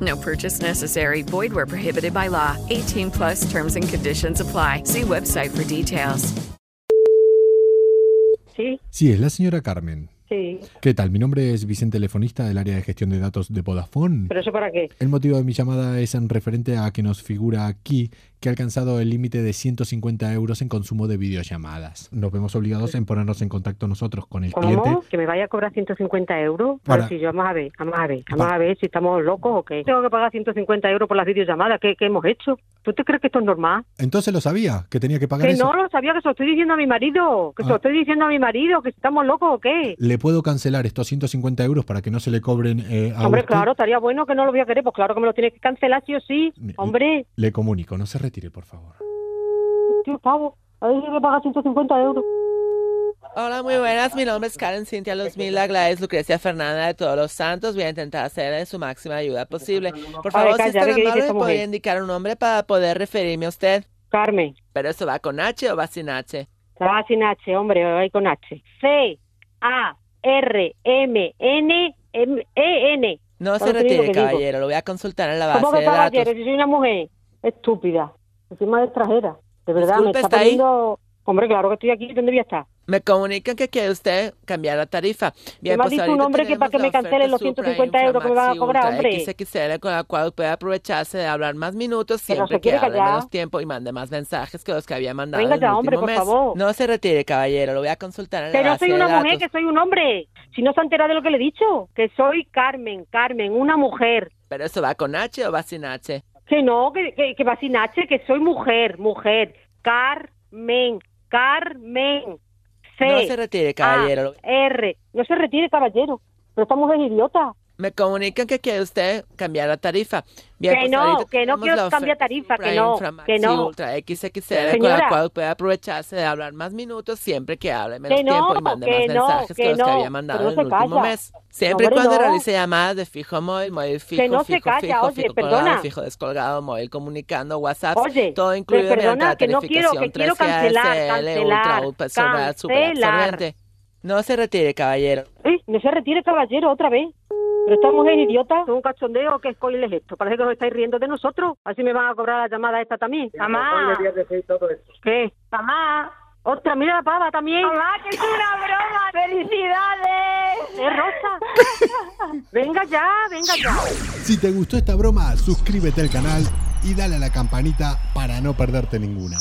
No purchase necessary. Void where prohibited by law. 18 plus terms and conditions apply. See website for details. Sí, Sí, es la señora Carmen. sí. ¿Qué tal? Mi nombre es Vicente Telefonista del área de gestión de datos de Vodafone. ¿Pero eso para qué? El motivo de mi llamada es en referente a que nos figura aquí que ha alcanzado el límite de 150 euros en consumo de videollamadas. Nos vemos obligados en ponernos en contacto nosotros con el ¿Cómo? cliente. ¿Que me vaya a cobrar 150 euros? Para- Pero si yo, vamos a ver, vamos a ver, vamos Para- a ver si estamos locos o qué. Tengo que pagar 150 euros por las videollamadas. ¿Qué, qué hemos hecho? ¿Tú te crees que esto es normal? Entonces lo sabía, que tenía que pagar Que eso. no lo sabía, que se lo estoy diciendo a mi marido. Que se Ah. lo estoy diciendo a mi marido, que si estamos locos o qué. ¿Le puedo cancelar estos 150 euros para que no se le cobren eh, a Hombre, usted? claro, estaría bueno que no lo voy a querer. Pues claro que me lo tienes que cancelar sí o sí. Me- Hombre, Le comunico, no se retire, por favor. tío, pavo. A ver si me paga 150 euros. Hola, muy buenas. Mi nombre es Karen Cintia Los Mila Gladys Lucrecia Fernanda de Todos los Santos. Voy a intentar hacerle su máxima ayuda posible. Por A ver, favor, si calla, es a tan ver qué dice amable, esta ¿me mujer. podría indicar un nombre para poder referirme a usted? Carmen, ¿Pero eso va con H o va sin H? trabaja sin H, hombre, ahí con H. C, A, R, M, N, M, E, N. No se Ahora te digo retire, que digo. caballero. Lo voy a consultar en la ¿Cómo base que de caballero? datos. Si soy una mujer estúpida, encima de extranjera, de verdad, Disculpe, me está ¿está ahí? poniendo... Hombre, claro que estoy aquí, ¿dónde voy a estar? Me comunican que quiere usted cambiar la tarifa. pues Que me ha dicho un ahorita hombre que para tenemos que la me oferta cancelen los Supra, 150 euros que me van a Inflamaxi, cobrar, Ultra hombre. XXL, con la cual puede aprovecharse de hablar más minutos Pero se siempre que quiere hable callar. menos tiempo y mande más mensajes que los que había mandado Venga en el ya, hombre, último por mes. favor. No se retire, caballero. Lo voy a consultar en Que la no base soy de una mujer, datos. que soy un hombre. Si no se ha enterado de lo que le he dicho, que soy Carmen, Carmen, una mujer. Pero eso va con H o va sin H. Que no, que, que, que va sin H, que soy mujer, mujer. Carmen, Carmen. C, No se retire, caballero. A, Ah, R. No se retire, caballero. Pero esta mujer es idiota. Me comunican que quiere usted cambiar la tarifa. Bien, Que pues no, ahorita que no tenemos quiero la oferta cambiar tarifa, que Supra, no, Inframaxi, que no. Ultra XXL, con la Señora. cual puede aprovecharse de hablar más minutos siempre que hable menos Que no, tiempo y mande que más no, mensajes que, que los no, que había que mandado no en se el último calla. mes. Siempre y Hombre, cuando no. realice llamadas de fijo a móvil, móvil fijo, no se fijo, calla, fijo, oye, fijo colgado, perdona. fijo descolgado, móvil comunicando, WhatsApp, Oye, todo me incluido mediante perdona, la que no quiero, tarificación que quiero 13 ASL, cancelar, ultra, cancelar, ultra, solar, super cancelar. absorbente. No se retire, caballero. Ey, no se retire, caballero, otra vez. Pero esta mujer es idiota. Mm. ¿Es un cachondeo? ¿Qué spoiler es esto? Parece que os estáis riendo de nosotros. Así me van a cobrar la llamada esta también. Mamá. ¿Qué? Mamá. Otra, mira la pava también. Mamá, que es una broma. ¡Felicidades! Es rosa. venga ya, venga ya. Si te gustó esta broma, suscríbete al canal y dale a la campanita para no perderte ninguna.